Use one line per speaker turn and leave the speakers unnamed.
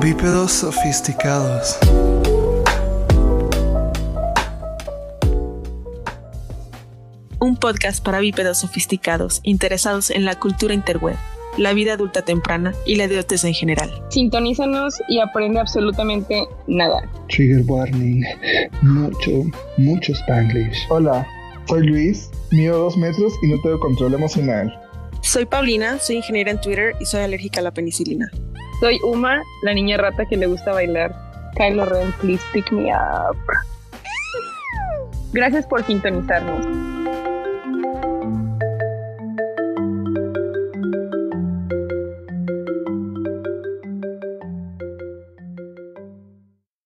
Bípedos sofisticados.
Un podcast para bípedos sofisticados interesados en la cultura interweb, la vida adulta temprana y la idiotez en general.
Sintonízanos y aprende absolutamente nada.
Trigger warning. Mucho, mucho Spanglish.
Hola, soy Luis, mido dos metros y no tengo control emocional.
Soy Paulina, soy ingeniera en Twitter y soy alérgica a la penicilina.
Soy Uma, la niña rata que le gusta bailar. Kylo Ren, please pick me up. Gracias por sintonizarnos.